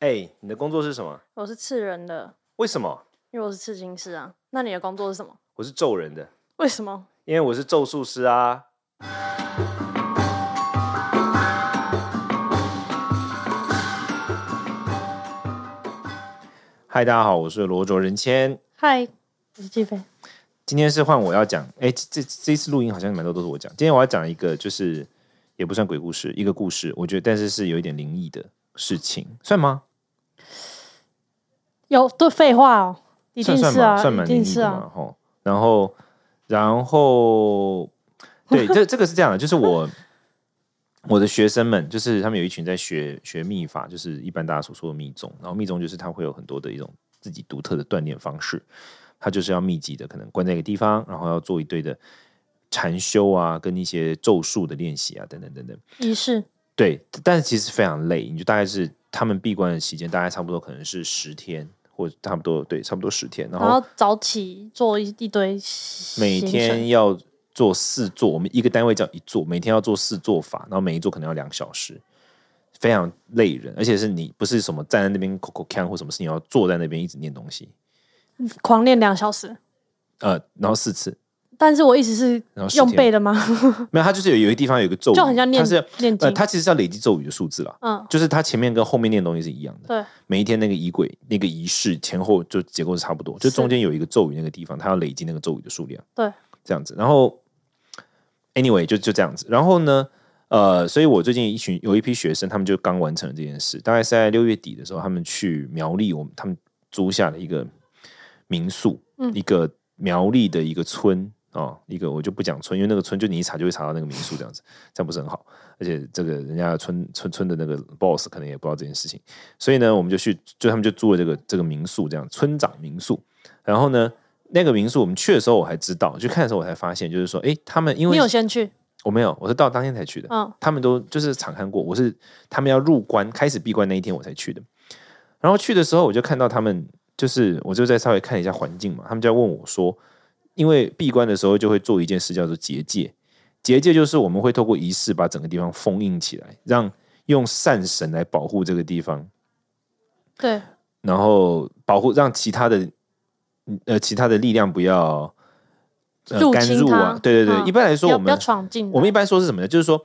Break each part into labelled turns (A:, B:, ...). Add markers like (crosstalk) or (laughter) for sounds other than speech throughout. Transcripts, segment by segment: A: 哎、你的工作是什么？
B: 我是刺人的，
A: 为什么？
B: 因为我是刺青师啊。那你的工作是什么？
A: 我是咒人的，
B: 为什么？
A: 因为我是咒术师啊。嗨，大家好，我是罗卓仁谦。
B: 嗨，我是季飞。
A: 今天是换我要讲，哎、这这这一次录音好像蛮多都是我讲。今天我要讲一个，就是也不算鬼故事，一个故事，我觉得但是是有一点灵异的事情，算吗？
B: 有对废话哦，一定
A: 算算
B: 是
A: 蛮
B: 啊，
A: 算蛮
B: 一
A: 灵
B: 定
A: 异
B: 是
A: 的
B: 啊。
A: 嘛，吼、然后，然后，对，这这个是这样的，就是
B: (laughs)
A: 我我的学生们，就是他们有一群在学学密法，就是一般大家所说的密宗，然后密宗就是它会有很多的一种自己独特的锻炼方式，它就是要密集的，可能关在一个地方，然后要做一堆的禅修啊，跟一些咒术的练习啊，等等等等。
B: 仪式
A: 对，但是其实非常累，你就大概是他们闭关的期间，大概差不多可能是十天，或差不多对，差不多十天，然
B: 然
A: 后
B: 后早起做一一堆行
A: 每
B: 程
A: 天要做四座，我们一个单位叫一座，每天要做四座法，然后每一座可能要两小时，非常累人，而且是你不是什么站在那边口口看或什么事情，要坐在那边一直念东西，
B: 狂练两小时。
A: 呃，然后四次，
B: 但是我一直是
A: 然后十
B: 用
A: 天
B: 背的吗？
A: 没有，它就是有有一个地方有一个咒语，
B: 就很像念
A: 它哦是
B: 念
A: 呃，
B: 经。
A: 它其实是要累积咒语的数字啦，
B: 嗯，
A: 就是它前面跟后面念的东西是一样的。
B: 对，
A: 每一天那个仪轨、那个仪式前后就结构是差不多，就是中间有一个咒语那个地方，它要累积那个咒语的数量，
B: 对，
A: 这样子。然后，anyway 就就这样子。然后呢，呃，所以我最近一群有一批学生，他们就刚完成了这件事，大概是在六月底的时候，他们去苗栗，我们他们租下了一个民宿，
B: 嗯
A: 一个苗栗的一个村哦，一个我就不讲村，因为那个村就你一查就会查到那个民宿这样子，这样不是很好。而且这个人家的村村村的那个 boss 可能也不知道这件事情，所以呢，我们就去，就他们就租了这个这个民宿，这样村长民宿。然后呢，那个民宿我们去的时候我还知道，去看的时候我才发现，就是说，诶，他们因
B: 你
A: 为
B: 有先去？
A: 我没有，我是到当天才去的，
B: 嗯，
A: 他们都就是常看过，我是他们要入关开始闭关那一天我才去的。然后去的时候我就看到他们，就是我就再稍微看一下环境嘛，他们就要问我说，因为闭关的时候就会做一件事叫做结界，结界就是我们会透过仪式把整个地方封印起来，让用善神来保护这个地方，
B: 对，
A: 然后保护让其他的嗯呃其他的力量不要。呃
B: 入
A: 干
B: 侵
A: 入啊
B: 它，
A: 对对对，
B: 嗯
A: 一般来说
B: 不
A: 我
B: 要不
A: 们
B: 要闯进来。
A: 我们一般说是什么呢？就是说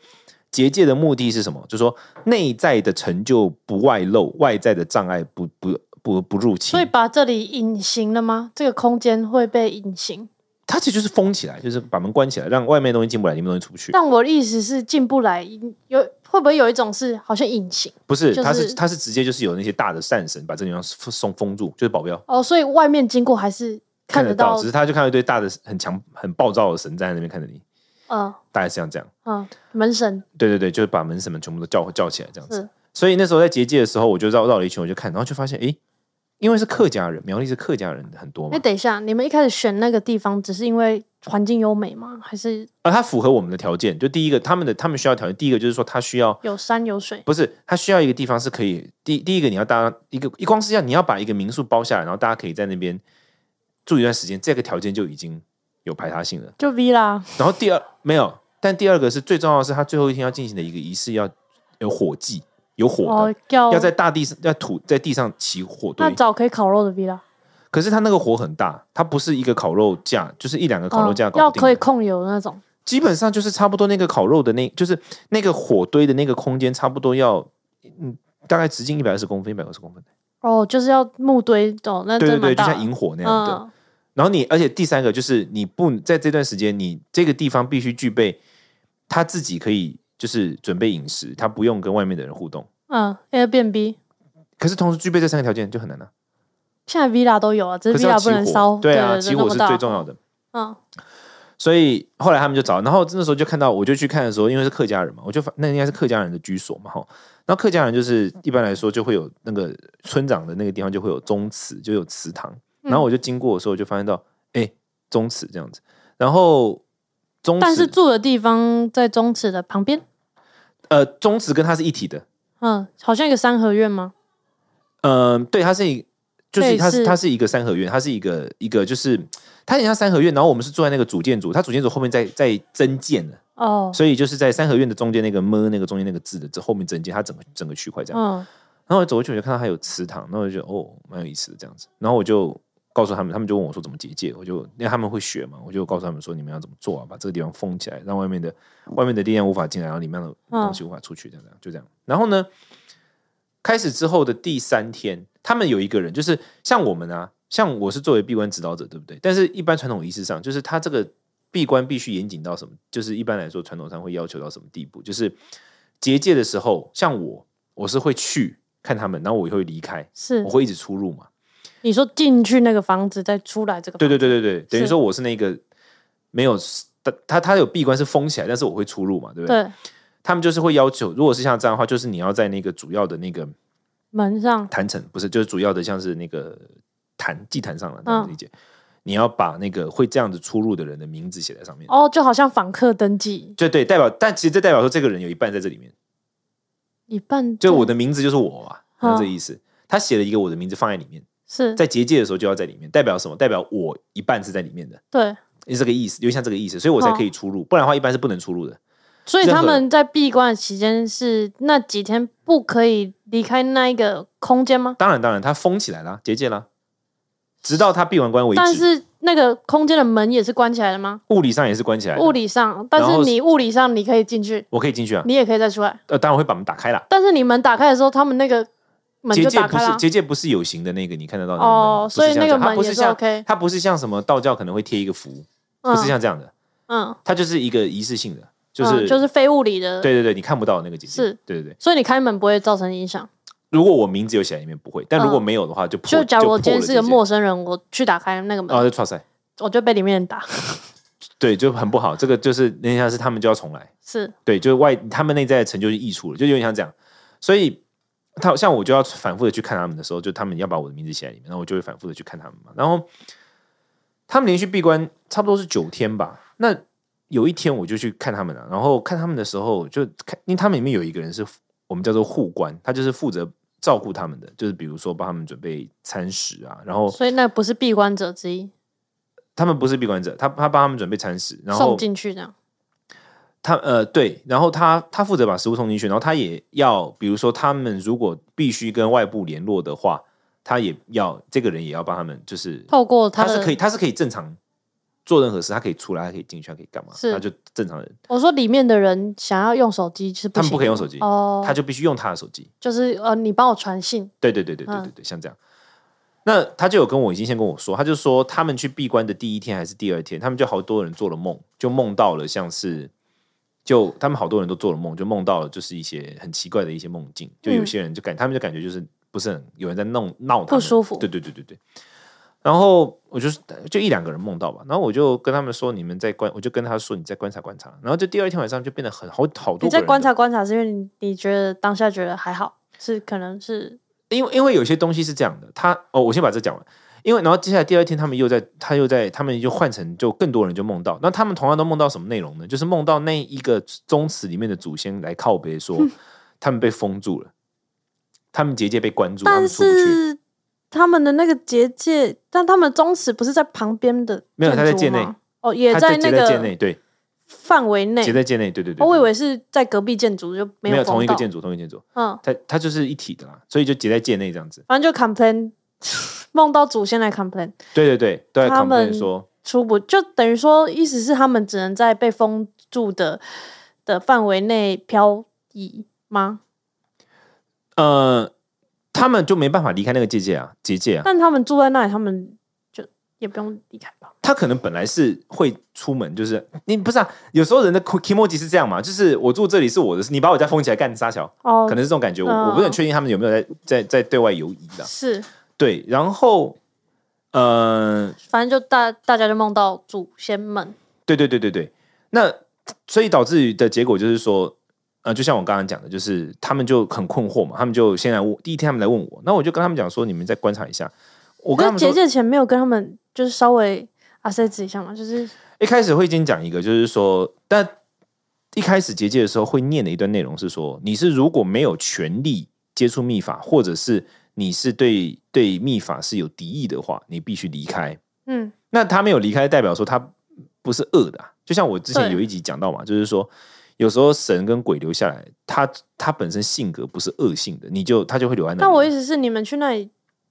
A: 结界的目的是什么？就是说内在的成就不外露，外在的障碍不不不不入侵
B: 所以。把这里隐形了吗？这个空间会被隐形？
A: 它其实就是封起来，就是把门关起来，让外面的东西进不来，里面的东西出不去。
B: 但我的意思是进不来，有会不会有一种是好像隐形
A: 不是，
B: 就是
A: 它是它是直接就是有那些大的善神把这个地方封封封住，就是保镖
B: 哦？所以外面经过还是看
A: 得
B: 到
A: 只，是他就看到一堆大的很强很暴躁的神站在那边看着你，
B: 嗯
A: 大概是像这样。
B: 嗯，门神
A: 对对对，就是把门神们全部都叫叫起来这样子
B: 是。
A: 所以那时候在结界的时候，我就绕绕了一圈，我就看，然后就发现，诶，因为是客家人，苗栗是客家人很多嘛
B: 哎，，等一下，你们一开始选那个地方，只是因为环境优美吗？还是
A: 啊，它符合我们的条件。就第一个，他们的他们需要条件，第一个就是说，他需要
B: 有山有水？
A: 不是他需要一个地方是可以。第第一个，你要搭一个，一光是要你要把一个民宿包下来，然后大家可以在那边住一段时间，这个条件就已经有排他性了。
B: 就 V 啦，
A: 然后第二没有，但第二个是最重要的是，他最后一天要进行的一个仪式要有火祭，有火的。
B: 哦，要
A: 要在大地上，要土在地上起火
B: 那
A: 堆，
B: 找可以烤肉的 V 啦，
A: 可是他那个火很大，它不是一个烤肉架，就是一两个烤肉
B: 嗯
A: 架搞
B: 要
A: 不定
B: 可以
A: 的
B: 控油的那种，
A: 基本上就是差不多那个烤肉的那，就是那个火堆的那个空间，差不多要嗯，大概直径一百二十公分，一百二十公分。
B: 哦，就是要木堆哦，那
A: 对对
B: 真
A: 对，就
B: 蛮大的，
A: 像萤火那样的。
B: 嗯，
A: 然后你，而且第三个就是你不在这段时间，你这个地方必须具备他自己可以就是准备饮食，他不用跟外面的人互动。
B: 嗯，Airbnb
A: 可是同时具备这三个条件就很难了、啊
B: 现在 Villa 都有啊，只
A: 可是
B: Villa
A: 要
B: 不
A: 起
B: 能
A: 火
B: 烧，，
A: 对啊，
B: 对
A: 起火是最重
B: 要。
A: 要的。
B: 嗯，
A: 所以后来他们就找，然后那时候就看到，我就去看的时候，因为是客家人嘛，我就发那应该是客家人的居所嘛，哈。然后客家人就是一般来说就会有那个村长的那个地方就会有宗祠，就有祠堂。
B: 嗯
A: 然后我就经过的时候，就发现到，哎、宗祠这样子。然后宗
B: 但是
A: 祠，
B: 住的地方在宗祠的旁边，
A: 呃，宗祠跟它是一体的，
B: 嗯，好像一个三合院吗？
A: 嗯、对，它是一，就是
B: 类
A: 它是
B: 似
A: 它是一个三合院，它是一个一个就是它很像三合院，然后我们是住在那个主建筑，它主建筑后面在在增建的，
B: 哦，
A: 所以就是在三合院的中间那个么那个中间那个字的这后面整间，它整个整个区块这样。
B: 嗯，
A: 然后我走过去，我就看到它有祠堂，那我就觉得哦，蛮有意思的这样子。然后我就告诉他们，他们就问我说怎么结界，我就因为他们会学嘛，我就告诉他们说你们要怎么做啊，把这个地方封起来，让外面的外面的力量无法进来，然后里面的东西无法出去，这样这样就这样。然后呢，开始之后的第三天，他们有一个人，就是像我们啊，像我是作为闭关指导者，对不对？但是一般传统仪式上，就是他这个闭关必须严谨到什么，就是一般来说传统上会要求到什么地步，就是结界的时候，像我我是会去看他们，然后我也会离开，
B: 是
A: 我会一直出入嘛。
B: 你说进去那个房子，再出来这个房
A: 对
B: 子，
A: 对对对对，等于
B: 是
A: 说我是那个没有他他他有闭关是封起来，但是我会出入嘛，对不对？
B: 对
A: 他们就是会要求，如果是像这样的话，就是你要在那个主要的那个
B: 门上
A: 坛城不是，就是主要的像是那个坛祭坛上了，这样子理解。
B: 嗯
A: 你要把那个会这样子出入的人的名字写在上面，
B: 哦，就好像访客登记
A: 就对，代表，但其实这代表说这个人有一半在这里面，
B: 一半，
A: 就我的名字就是我啊，
B: 嗯
A: 那这意思。他写了一个我的名字放在里面，
B: 是
A: 在结界的时候就要在里面，代表什么？代表我一半是在里面的，
B: 对，
A: 是这个意思，有点像这个意思，所以我才
B: 哦
A: 可以出入，不然的话一般是不能出入的。
B: 所以
A: 任
B: 他
A: 何
B: 们在闭关的期间是那几天不可以离开那一个空间吗？
A: 当然，当然，他封起来了，结界了，直到他闭完关为
B: 但
A: 止。
B: 是那个空间的门也是关起来的吗？
A: 物理上也是关起来
B: 物
A: 的，
B: 理上，但
A: 然
B: 是
A: 后
B: 你物理上你可以进去，
A: 我可以进去啊，
B: 你也可以再出来。
A: 呃，当然会把门打开啦。
B: 但是你门打开的时候，他们那个门
A: 结
B: 就
A: 界
B: 打
A: 不
B: 开
A: 是
B: 了。啊
A: 结界不是有形的那个，你看得到那个
B: 哦
A: 门不是
B: 所以
A: 像
B: 那
A: 这样
B: 个
A: 它
B: 门
A: 不
B: 也
A: 是
B: 是
A: 像
B: OK
A: 它不是像什么道教可能会贴一个符，不是
B: 嗯
A: 像这样的，
B: 嗯，
A: 它就是一个仪式性的，就
B: 嗯
A: 是
B: 就是非物理的，
A: 对对对，你看不到的那个结界，
B: 是
A: 对对对。
B: 所以你开门不会造成影响。
A: 如果我名字有写在里面不会，但如果没有的话就破，
B: 嗯就假如我
A: 破
B: 今天
A: 了
B: 是个
A: 结界
B: 陌生人，我去打开那个门，
A: 哦，就错赛，
B: 我就被里面人打。
A: 对，就很不好。这个就是那像是他们就要重来，
B: 是
A: 对，就是外他们内在的成就是溢出了，就有点像这样。所以他像我就要反复的去看他们的时候，就他们要把我的名字写在里面，然后我就会反复的去看他们嘛。然后他们连续闭关差不多是九天吧。那有一天我就去看他们了、然后看他们的时候就看，因为他们里面有一个人是我们叫做护官，他就是负责照顾他们的，就是比如说帮他们准备餐食啊，然后
B: 所以那不是闭关者之一，
A: 他们不是闭关者，他他帮他们准备餐食，然后
B: 送进去这样。
A: 他呃对，然后他他负责把食物送进去，然后他也要，比如说他们如果必须跟外部联络的话，他也要这个人也要帮他们，就是
B: 透过他
A: 他
B: 的，
A: 是可以他是可以正常做任何事，他可以出来，他可以进去，他可以干嘛，
B: 是
A: 他就正常人，
B: 我说里面的人想要用手机是不
A: 他们
B: 行的，
A: 不可以用手机，
B: 哦，
A: 他就必须用他的手机，
B: 就是呃，你帮我传信，
A: 对对对对对对
B: 嗯
A: 对，像这样。那他就有跟我已经先跟我说，他就说他们去闭关的第一天还是第二天，他们就好多人做了梦，就梦到了像是，就他们好多人都做了梦，就梦到了就是一些很奇怪的一些梦境，就有些人就感、他们就感觉就是不是很有人在弄闹他们
B: 嗯不舒服
A: 对对对对对。然后我就是就一两个人梦到吧，然后我就跟他们说你们在观，我就跟他说你再观察观察，然后就第二天晚上就变得很好好多个
B: 你在
A: 人
B: 观
A: 都
B: 察观察，是因为你你觉得当下觉得还好，是可能是
A: 因为因为有些东西是这样的，他哦，我先把这讲完。因为然后接下来第二天，他们又在他又在他们就换成就更多人就梦到，那他们同样都梦到什么内容呢？就是梦到那一个宗祠里面的祖先来靠别说，他们被封住了，他们结界被关住，他
B: 但
A: 们出不去。
B: 是他们的那个结界，但他们宗祠不是在旁边的
A: 没有他在
B: 建筑
A: 界内
B: 吗，哦，也
A: 他
B: 在那
A: 结在界内，
B: 个
A: 对，
B: 范围内
A: 结。在界内，对对对。
B: 哦我以
A: 对
B: 为是在隔壁建筑，就没
A: 没有
B: 封
A: 同一个
B: 到
A: 建筑，同一个建筑，
B: 嗯，
A: 它它就是一体的啦，所以就结在界内这样子。
B: 反正就 complain，梦到祖先来 complain，
A: 对对对，都在
B: 他们
A: complain 说，
B: 出不就等于说，意思是他们只能在被封住的的范围内漂移吗？
A: 呃，他们就没办法离开那个结界啊，结界啊。
B: 但他们住在那里，他们就也不用离开吧？
A: 他可能本来是会出门，就是你不是啊？有时候人的 emoji 是这样嘛，就是我住这里是我的，你把我家封起来干啥小？
B: 哦，
A: 可能是这种感觉，我、
B: 嗯
A: 我不是很确定他们有没有在在在对外游移的。
B: 是，
A: 对，然后，呃，
B: 反正就大大家就梦到祖先们，
A: 对对对对对，那所以导致的结果就是说，呃，就像我刚刚讲的，就是他们就很困惑嘛，他们就先来问，第一天他们来问我，那我就跟他们讲说，你们再观察一下。我跟他
B: 就
A: 们
B: 结
A: 说，
B: 界前没有跟他们就是稍微 assess 一下嘛，就是
A: 一开始会先讲一个，就是说，但一开始结界的时候会念的一段内容是说，你是如果没有权利接触秘法，或者是你是对对秘法是有敌意的话，你必须离开。
B: 嗯，
A: 那他没有离开，代表说他不是恶的啊、就像我之前
B: 对
A: 有一集讲到嘛，就是说有时候神跟鬼留下来，他他本身性格不是恶性的，你就他就会留在那里。
B: 但我意思是，你们去那里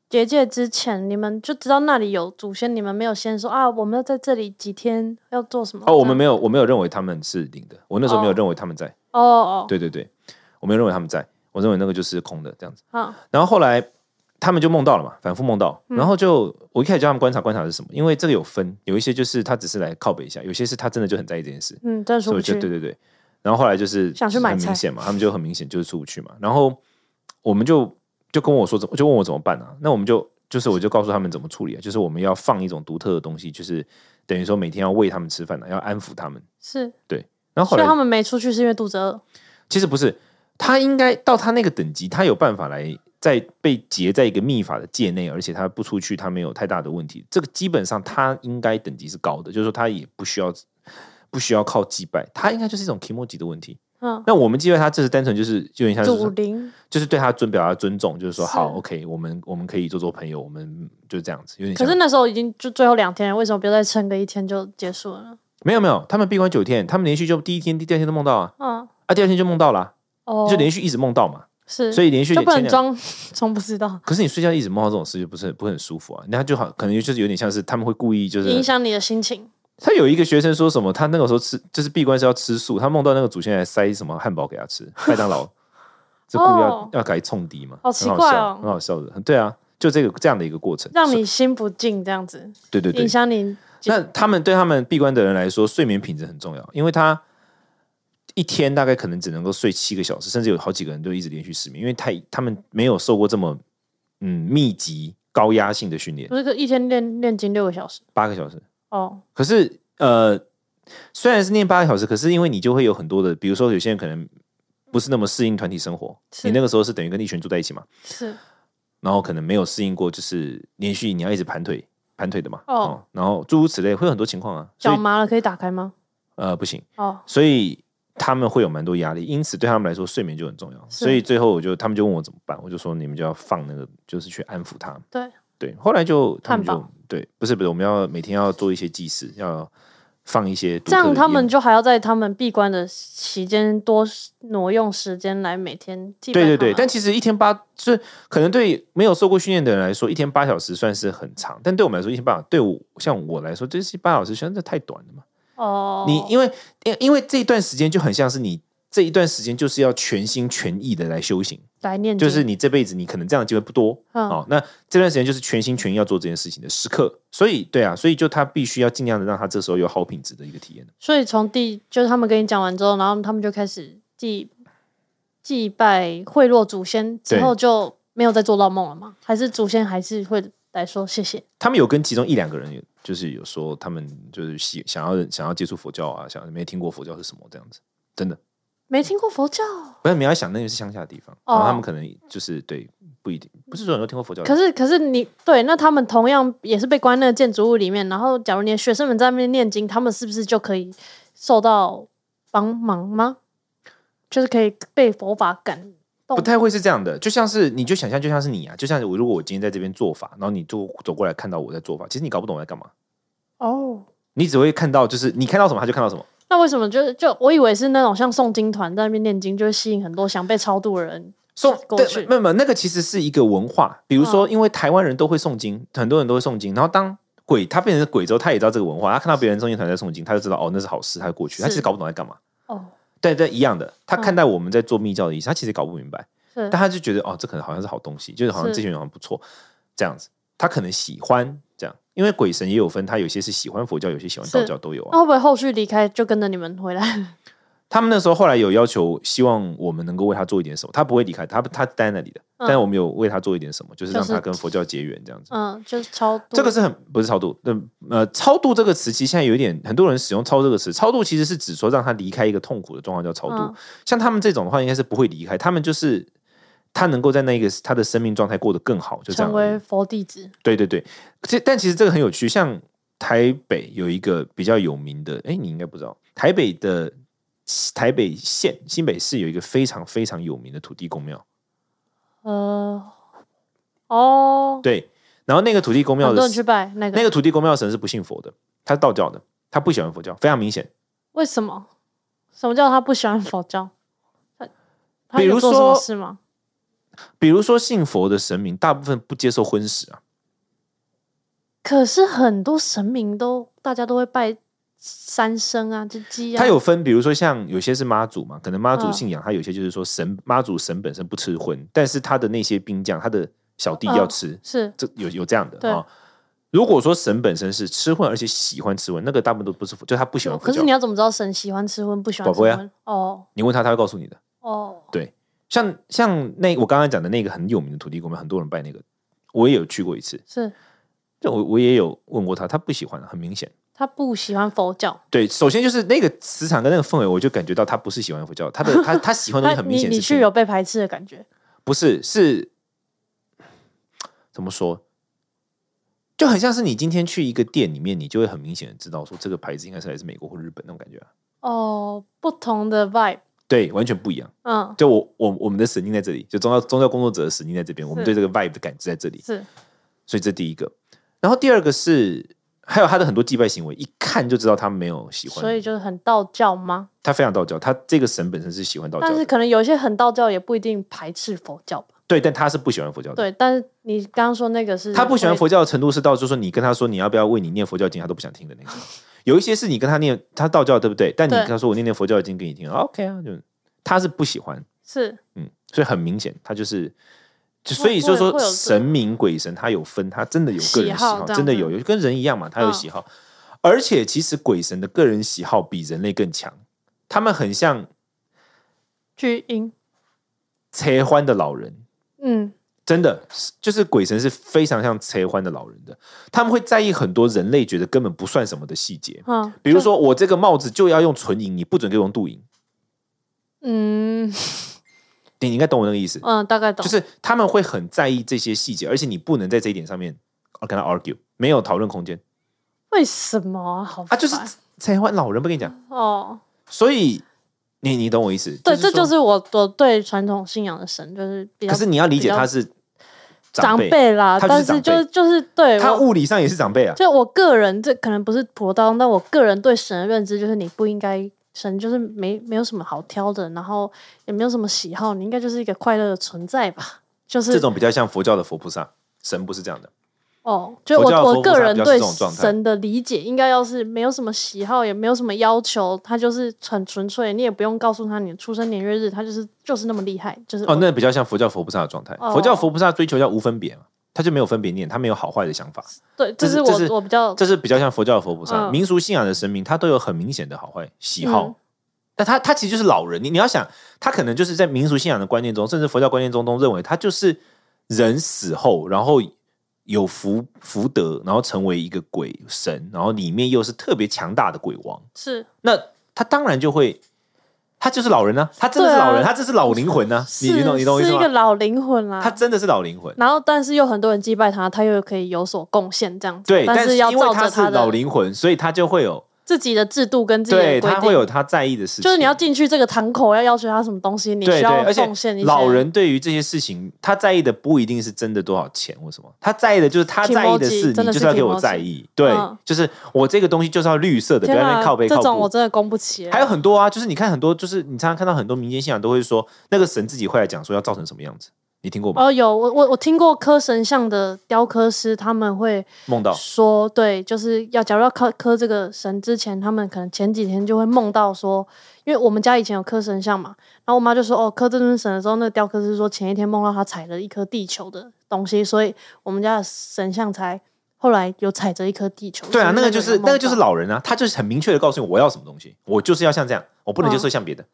B: 结界之前，你们就知道那里有祖先，你们没有先说啊，我们要在这里几天要做什么？
A: 哦，我们
B: 这样
A: 没有，我没有认为他们是灵的，我那时候没有
B: 嗯哦
A: 认为他们在。
B: 哦哦，
A: 对对对，我没有认为他们在，我认为那个就是空的这样子。
B: 好，
A: 然后后来他们就梦到了嘛，反复梦到，
B: 嗯
A: 然后就我一开始叫他们观察观察是什么，因为这个有分，有一些就是他只是来靠北一下，有些是他真的就很在意这件事，
B: 嗯，真的出
A: 所以我
B: 不
A: 就对
B: 去，
A: 对对。然后后来就是
B: 想去买
A: 很
B: 菜
A: 明显嘛，他们就很明显就是出不去嘛。然后我们就就跟我说怎么，就问我怎么办啊？那我们就就是我就告诉他们怎么处理啊，就是我们要放一种独特的东西，就是等于说每天要喂他们吃饭啊，要安抚他们。
B: 是，
A: 然后后
B: 所以
A: 来
B: 他们没出去是因为肚子饿，
A: 其实不是，他应该到他那个等级，他有办法来在被结在一个秘法的界内，而且他不出去，他没有太大的问题。这个基本上他应该等级是高的，就是说他也不需要不需要靠祭拜，他应该就是一种 k i m o j i 的问题。
B: 嗯，
A: 那我们祭拜他，这是单纯就是就有点像是
B: 祖
A: 说
B: 灵，
A: 就是对他尊表达尊重，就是说
B: 是
A: 好 OK，我们我们可以做做朋友，我们就这样子，有点
B: 可
A: 像
B: 是那时候已经就最后两天了，为什么不要再撑个一天就结束了呢？
A: 没有没有，他们闭关九天，他们连续就第一天、第二天都梦到啊，
B: 嗯，
A: 啊第二天就梦到啦、
B: 哦，
A: 就连续一直梦到嘛，
B: 是，
A: 所以连续
B: 嗯就不
A: 前
B: 能
A: 两
B: 装装不 (laughs) 知道，
A: 可是你睡觉一直梦到这种事，就不是很不是很舒服啊？那就好，可能就是有点像是他们会故意就
B: 影
A: 是，
B: 响你的心情。
A: 他有一个学生说什么，他那个时候吃就是闭关是要吃素，他梦到那个祖先来塞什么汉堡给他
B: (laughs)
A: 吃，麦当劳，这故意要、
B: 哦
A: 要改冲敌嘛，
B: 好
A: 很
B: 奇怪
A: 笑
B: 哦
A: 很好笑的，对啊，就这个这样的一个过程，
B: 让
A: 所以
B: 你心不静，这样子
A: 对对对
B: 影，响你
A: 那他们对他们闭关的人来说，睡眠品质很重要，因为他一天大概可能只能够睡七个小时，甚至有好几个人都一直连续失眠，因为太他们没有受过这么嗯密集高压性的训练
B: 不，是个一天练练经六个小时
A: 八个小时。
B: 哦，
A: 可是呃，虽然是念八个小时，可是因为你就会有很多的，比如说有些人可能不是那么适应团体生活，
B: 是
A: 你那个时候是等于跟一群人住在一起嘛，
B: 是
A: 然后可能没有适应过，就是连续你要一直盘腿盘腿的嘛，
B: 哦
A: 然后诸如此类会有很多情况啊，所
B: 脚
A: 以
B: 麻了可以打开吗？
A: 呃不行，
B: 哦，
A: 所以他们会有蛮多压力，因此对他们来说睡眠就很重要，
B: 是
A: 所以最后我就他们就问我怎么办，我就说你们就要放那个，就是去安抚他，
B: 对
A: 对，后来就他们
B: 汉
A: 就
B: 堡
A: 对，不是不是，我们要每天要做一些祭祀，要放一些独
B: 这
A: 特
B: 样
A: 的
B: 他们
A: 烟
B: 就还要在他们闭关的期间多挪用时间来每天祭拜
A: 对对
B: 他
A: 对，
B: 们
A: 但其实一天八，就是可能对没有受过训练的人来说，一天八小时算是很长，但对我们来说，一天八小对我像我来说，这是八小时，真的太短了嘛。
B: 哦，
A: 你因为因因为这一段时间就很像是你这一段时间就是要全心全意的来修行，
B: 来念经
A: 就是你这辈子你可能这样的机会不多，
B: 嗯
A: 哦，那这段时间就是全心全意要做这件事情的时刻，所以对啊，所以就他必须要尽量的让他这时候有好品质的一个体验。
B: 所以从第就是他们跟你讲完之后，然后他们就开始祭祭拜贿赂祖先，之
A: 对
B: 后就没有再做到梦了吗？还是祖先还是会来说谢谢？
A: 他们有跟其中一两个人有，就是有说他们就是喜想要想要接触佛教啊，想没听过佛教是什么这样子，真的。
B: 没听过佛教，
A: 不是你要想，那个是乡下的地方，
B: 哦
A: 然后他们可能就是对不一定，不是说很多听过佛教的
B: 可
A: 人，
B: 是可是你对，那他们同样也是被关在建筑物里面，然后假如你的学生们在那边念经，他们是不是就可以受到帮忙吗？就是可以被佛法感动
A: 不太会是这样的。就像是你就想象，就像是你啊，就像我如果我今天在这边做法，然后你就走过来看到我在做法，其实你搞不懂我在干嘛，
B: 哦。
A: 你只会看到就是你看到什么他就看到什么。
B: 那为什么就就我以为是那种像诵经团在那边念经，就会吸引很多想被超度的人
A: 送
B: 过
A: 对，
B: 去嗯
A: 没有没有，那个其实是一个文化。比如说，因为台湾人都会诵经，很多人都会诵经。然后当鬼他变成鬼之后，他也知道这个文化，他看到别人诵经团在诵经，他就知道哦那是好事，他就过去。他其
B: 是
A: 实搞不懂在干嘛。
B: 哦，
A: 对对，一样的，他
B: 嗯
A: 看待我们在做密教的意思，他其实搞不明白，
B: 是
A: 但他就觉得哦，这可能好像是好东西，就是好像
B: 是
A: 这群人好像不错，这样子，他可能喜欢这样，因为鬼神也有分，他有些是喜欢佛教，有些喜欢道
B: 是
A: 教都有啊
B: 那。会不会后续离开就跟着你们回来？ (laughs)
A: 他们那时候后来有要求，希望我们能够为他做一点什么。他不会离开，他他待在那里的，
B: 嗯
A: 但是我们有为他做一点什么，就是让
B: 就是
A: 他跟佛教结缘这样子。
B: 嗯，就是超度
A: 这个是很不是超度，那呃，超度这个词其实现在有一点很多人使用“超度”这个词。超度其实是指说让他离开一个痛苦的状况叫超度。
B: 嗯
A: 像他们这种的话，应该是不会离开，他们就是他能够在那个他的生命状态过得更好，就这样
B: 成
A: 而已。
B: 为佛弟子，
A: 对对对，这但其实这个很有趣，像台北有一个比较有名的，哎，你应该不知道，台北的台北县新北市有一个非常非常有名的土地公庙，
B: 呃，哦，
A: 对，然后那个土地公庙
B: 很多
A: 的
B: 人去拜那个，
A: 那个土地公庙神是不信佛的，他是道教的，他不喜欢佛教，非常明显。
B: 为什么？什么叫他不喜欢佛教？他他
A: 比
B: 有
A: 如
B: 做什么
A: 说
B: 事吗？
A: 比如说信佛的神明，大部分不接受荤食啊。
B: 可是很多神明都大家都会拜三牲啊，就鸡啊。
A: 它有分，比如说像有些是妈祖嘛，可能妈祖
B: 嗯
A: 信仰，它有些就是说神妈祖神本身不吃荤，但是他的那些兵将，他的小弟要
B: 嗯
A: 吃，
B: 是
A: 这有有这样的
B: 对
A: 啊、如果说神本身是吃荤，而且喜欢吃荤，那个大部分都不是佛，就他不喜欢佛
B: 可
A: 教
B: 是。你要怎么知道神喜欢吃荤不喜欢吃
A: 宝贝啊
B: 荤？哦
A: 你问他，他会告诉你的。
B: 哦，
A: 像像那我刚刚讲的那个很有名的土地公庙，很多人拜那个，我也有去过一次，
B: 是
A: 就我我也有问过他，他不喜欢，很明显。
B: 他不喜欢佛教，
A: 对，首先就是那个磁场跟那个氛围，我就感觉到他不是喜欢佛教，他的他他喜欢的东西
B: 他
A: 很明
B: 你 (laughs)
A: 显
B: 你
A: 是
B: 去
A: 信
B: 有被排斥的感觉。
A: 不是，是怎么说？就很像是你今天去一个店里面，你就会很明显的知道说这个牌子应该是来自美国或日本那种感觉、啊。
B: 哦，不同的 vibe，
A: 对，完全不一样。
B: 嗯，
A: 就我我我们的神经在这里，就宗教宗教工作者的神经在这边，我们对
B: 是
A: 这个 vibe 的感知在这里，
B: 是
A: 所以这第一个。然后第二个是，还有他的很多祭拜行为，一看就知道他没有喜欢，
B: 所以就是很道教吗？
A: 他非常道教，他这个神本身是喜欢道教
B: 但是
A: 的，
B: 可能有一些很道教也不一定排斥佛教吧。
A: 对，但他是不喜欢佛教的。
B: 对，但是你刚刚说那个是
A: 他不喜欢
B: 会
A: 佛教的程度是到，就是说你跟他说你要不要为你念佛教经，他都不想听的那种。有一些是你跟他念他道教对不对？但你
B: 对
A: 跟他说我念念佛教经给你听、o k 啊，就他是不喜欢，
B: 是
A: 嗯，所以很明显他就是，就
B: 会
A: 所以就
B: 会
A: 说
B: 会有这
A: 神明鬼神他有分，他真的有个人喜
B: 喜好
A: 好，
B: 这样
A: 真的有有跟人一样嘛，他有
B: 嗯
A: 喜好，而且其实鬼神的个人喜好比人类更强，他们很像
B: 巨婴，
A: 切欢的老人，
B: 嗯，
A: 真的是就是鬼神是非常像切欢的老人的，他们会在意很多人类觉得根本不算什么的细节，
B: 嗯，
A: 比如说我这个帽子就要用纯银，你不准给我用镀银，
B: 嗯
A: 你你应该懂我那个意思，
B: 嗯，大概懂，
A: 就是他们会很在意这些细节，而且你不能在这一点上面跟他 argue，没有讨论空间
B: 为什么啊？好
A: 啊，就是
B: 烦
A: 切欢老人不跟你讲，
B: 哦，
A: 所以你你懂我意思，
B: 对，这就
A: 说
B: 是我我对传统信仰的神就是比较
A: 可是你要理解他是
B: 长
A: 辈，
B: 辈啦，
A: 他就
B: 但
A: 是
B: 是
A: 长
B: 就
A: 辈
B: 就是对
A: 他
B: 我。
A: 物理上也是长辈啊，
B: 就我个人，这可能不是普通，但我个人对神的认知就是，你不应该神就是没没有什么好挑的，然后也没有什么喜好，你应该就是一个快乐的存在吧。就是
A: 这种比较像佛教的佛菩萨，神不是这样的。
B: 哦，就
A: 佛教的
B: 我
A: 佛
B: 我
A: 菩萨
B: 个人
A: 比较是
B: 对
A: 这种状态
B: 神的理解，应该要是没有什么喜好，也没有什么要求，他就是很纯粹，你也不用告诉他你的出生年月日，他就是就是那么厉害，就是
A: 哦，那比较像佛教佛菩萨的状态。
B: 嗯哦
A: 佛教佛菩萨追求叫无分别嘛，他就没有分别念，他没有好坏的想法，
B: 对，
A: 这
B: 是
A: 是
B: 我
A: 这是
B: 我比较
A: 这是比较像佛教的佛菩萨。
B: 哦嗯
A: 民俗信仰的神明，他都有很明显的好坏喜好。
B: 嗯
A: 但他他其实就是老人，你你要想，他可能就是在民俗信仰的观念中，甚至佛教观念中都认为他就是人死后，然后有福福德，然后成为一个鬼神，然后里面又是特别强大的鬼王，
B: 是
A: 那他当然就会，他就是老人呢、他真的是
B: 对啊
A: 老人，他这是老灵魂呢、你
B: 是
A: 你懂你懂我意
B: 是
A: 思
B: 一个
A: 吗？
B: 老灵魂啦、
A: 他真的是老灵魂。
B: 然后，但是又很多人祭拜他，他又可以有所贡献这样子。
A: 对，
B: 但
A: 但
B: 要
A: 因为
B: 照着
A: 他是老
B: 的
A: 灵魂，所以他就会有，
B: 自己的制度跟自己的
A: 对
B: 规定，
A: 他会有他在意的事情。
B: 就是你要进去这个堂口，要要求他什么东西，你
A: 对
B: 需
A: 对，
B: 要
A: 而
B: 奉献一
A: 且
B: 些。
A: 老人对于这些事情，他在意的不一定是真的多少钱或什么，他在意的就是他在意的
B: Kimoji，
A: 是你
B: 真的
A: 就是是要给我
B: Kimoji
A: 在意，对
B: 嗯，
A: 就是我这个东西就是要绿色的，不要
B: 天啊
A: 在那边靠背靠
B: 这种
A: 步
B: 我真的供不起。
A: 还有很多啊，就是你看很多，就是你常常看到很多民间信仰都会说，那个神自己会来讲说要造成什么样子，你听过吗？
B: 哦，有我我我听过刻神像的雕刻师，他们会
A: 梦到
B: 说，对，就是要假如要刻刻这个神之前，他们可能前几天就会梦到说，因为我们家以前有刻神像嘛，然后我妈就说，哦，刻这尊神的时候，那个雕刻师说前一天梦到他踩了一颗地球的东西，所以我们家的神像才后来有踩着一颗地球。
A: 对啊，
B: 所以
A: 那个就是
B: 有梦
A: 那个就是
B: 到
A: 老人啊，他就是很明确的告诉你我要什么东西，我就是要像这样，我不
B: 嗯
A: 能接受像别
B: (laughs)
A: 的。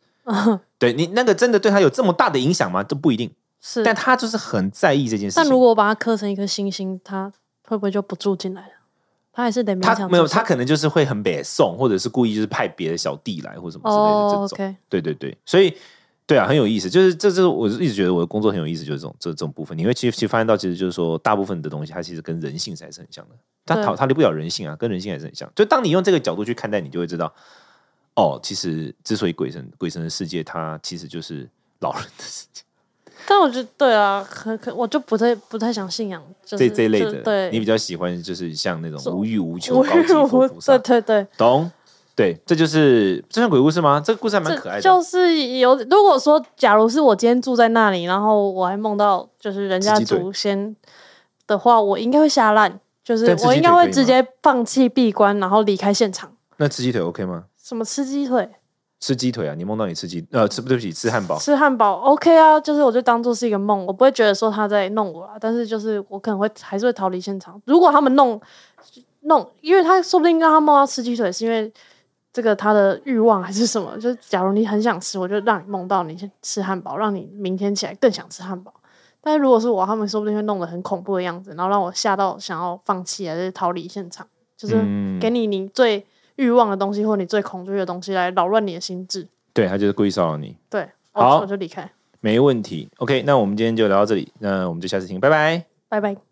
A: 对你那个真的对他有这么大的影响吗？这不一定，
B: 是，
A: 但
B: 但
A: 他就是很在意这件事
B: 如
A: 情。
B: 果我把它刻成一颗星星，它会不会就不住进来了？它还是得勉
A: 他
B: 强
A: 没有，
B: 住进
A: 他
B: 来
A: 可能就是会很北宋，或者是故意就是派别的小弟来或什么之类的这
B: 哦
A: 种。
B: ，OK，
A: 对对对，所以对啊，很有意思。就是这就是我一直觉得我的工作很有意思，就是这种这这种部分，你会其实其实发现到，其实就是说，大部分的东西它其实跟人性还是很像的，它
B: 对
A: 逃它离不了人性啊，跟人性还是很像。就当你用这个角度去看待，你就会知道，哦，其实之所以鬼神鬼神的世界，它其实就是老人的世界，
B: 但我觉得对啊，可可我就不太不太想信仰，就是
A: 这这一类
B: 就
A: 的，
B: 对，
A: 你比较喜欢就是像那种
B: 是
A: 无欲无求
B: 我
A: 高级佛菩萨
B: 对，对对，
A: 懂？对，这就是这算鬼故事吗？这个故事还蛮可爱
B: 这
A: 的，
B: 就是有，如果说假如是我今天住在那里，然后我还梦到就是人家
A: 刺激腿
B: 祖先的话，我应该会吓烂，就是
A: 但刺激
B: 我应该
A: 腿可以
B: 会
A: 吗
B: 直接放弃闭关，然后离开现场。
A: 那吃鸡腿 OK 吗？
B: 什么吃鸡腿、
A: 吃鸡腿啊！你梦到你吃鸡，呃，吃对不起，吃汉堡。
B: 吃汉堡，OK 啊，就是我就当做是一个梦，我不会觉得说他在弄我啊，但是就是我可能会还是会逃离现场。如果他们弄弄，因为他说不定让他梦到吃鸡腿，是因为这个他的欲望还是什么？ (laughs) 就是假如你很想吃，我就让你梦到你先吃汉堡，让你明天起来更想吃汉堡。但是如果是我，他们说不定会弄得很恐怖的样子，然后让我吓到想要放弃还是逃离现场，就是
A: 嗯，
B: 给你你最欲望的东西或你最恐惧的东西来扰乱你的心智。
A: 对他就是故意骚扰你，
B: 对，
A: 好
B: 我我就离开，
A: 没问题。OK，那我们今天就聊到这里，那我们就下次听，拜拜。
B: 拜拜。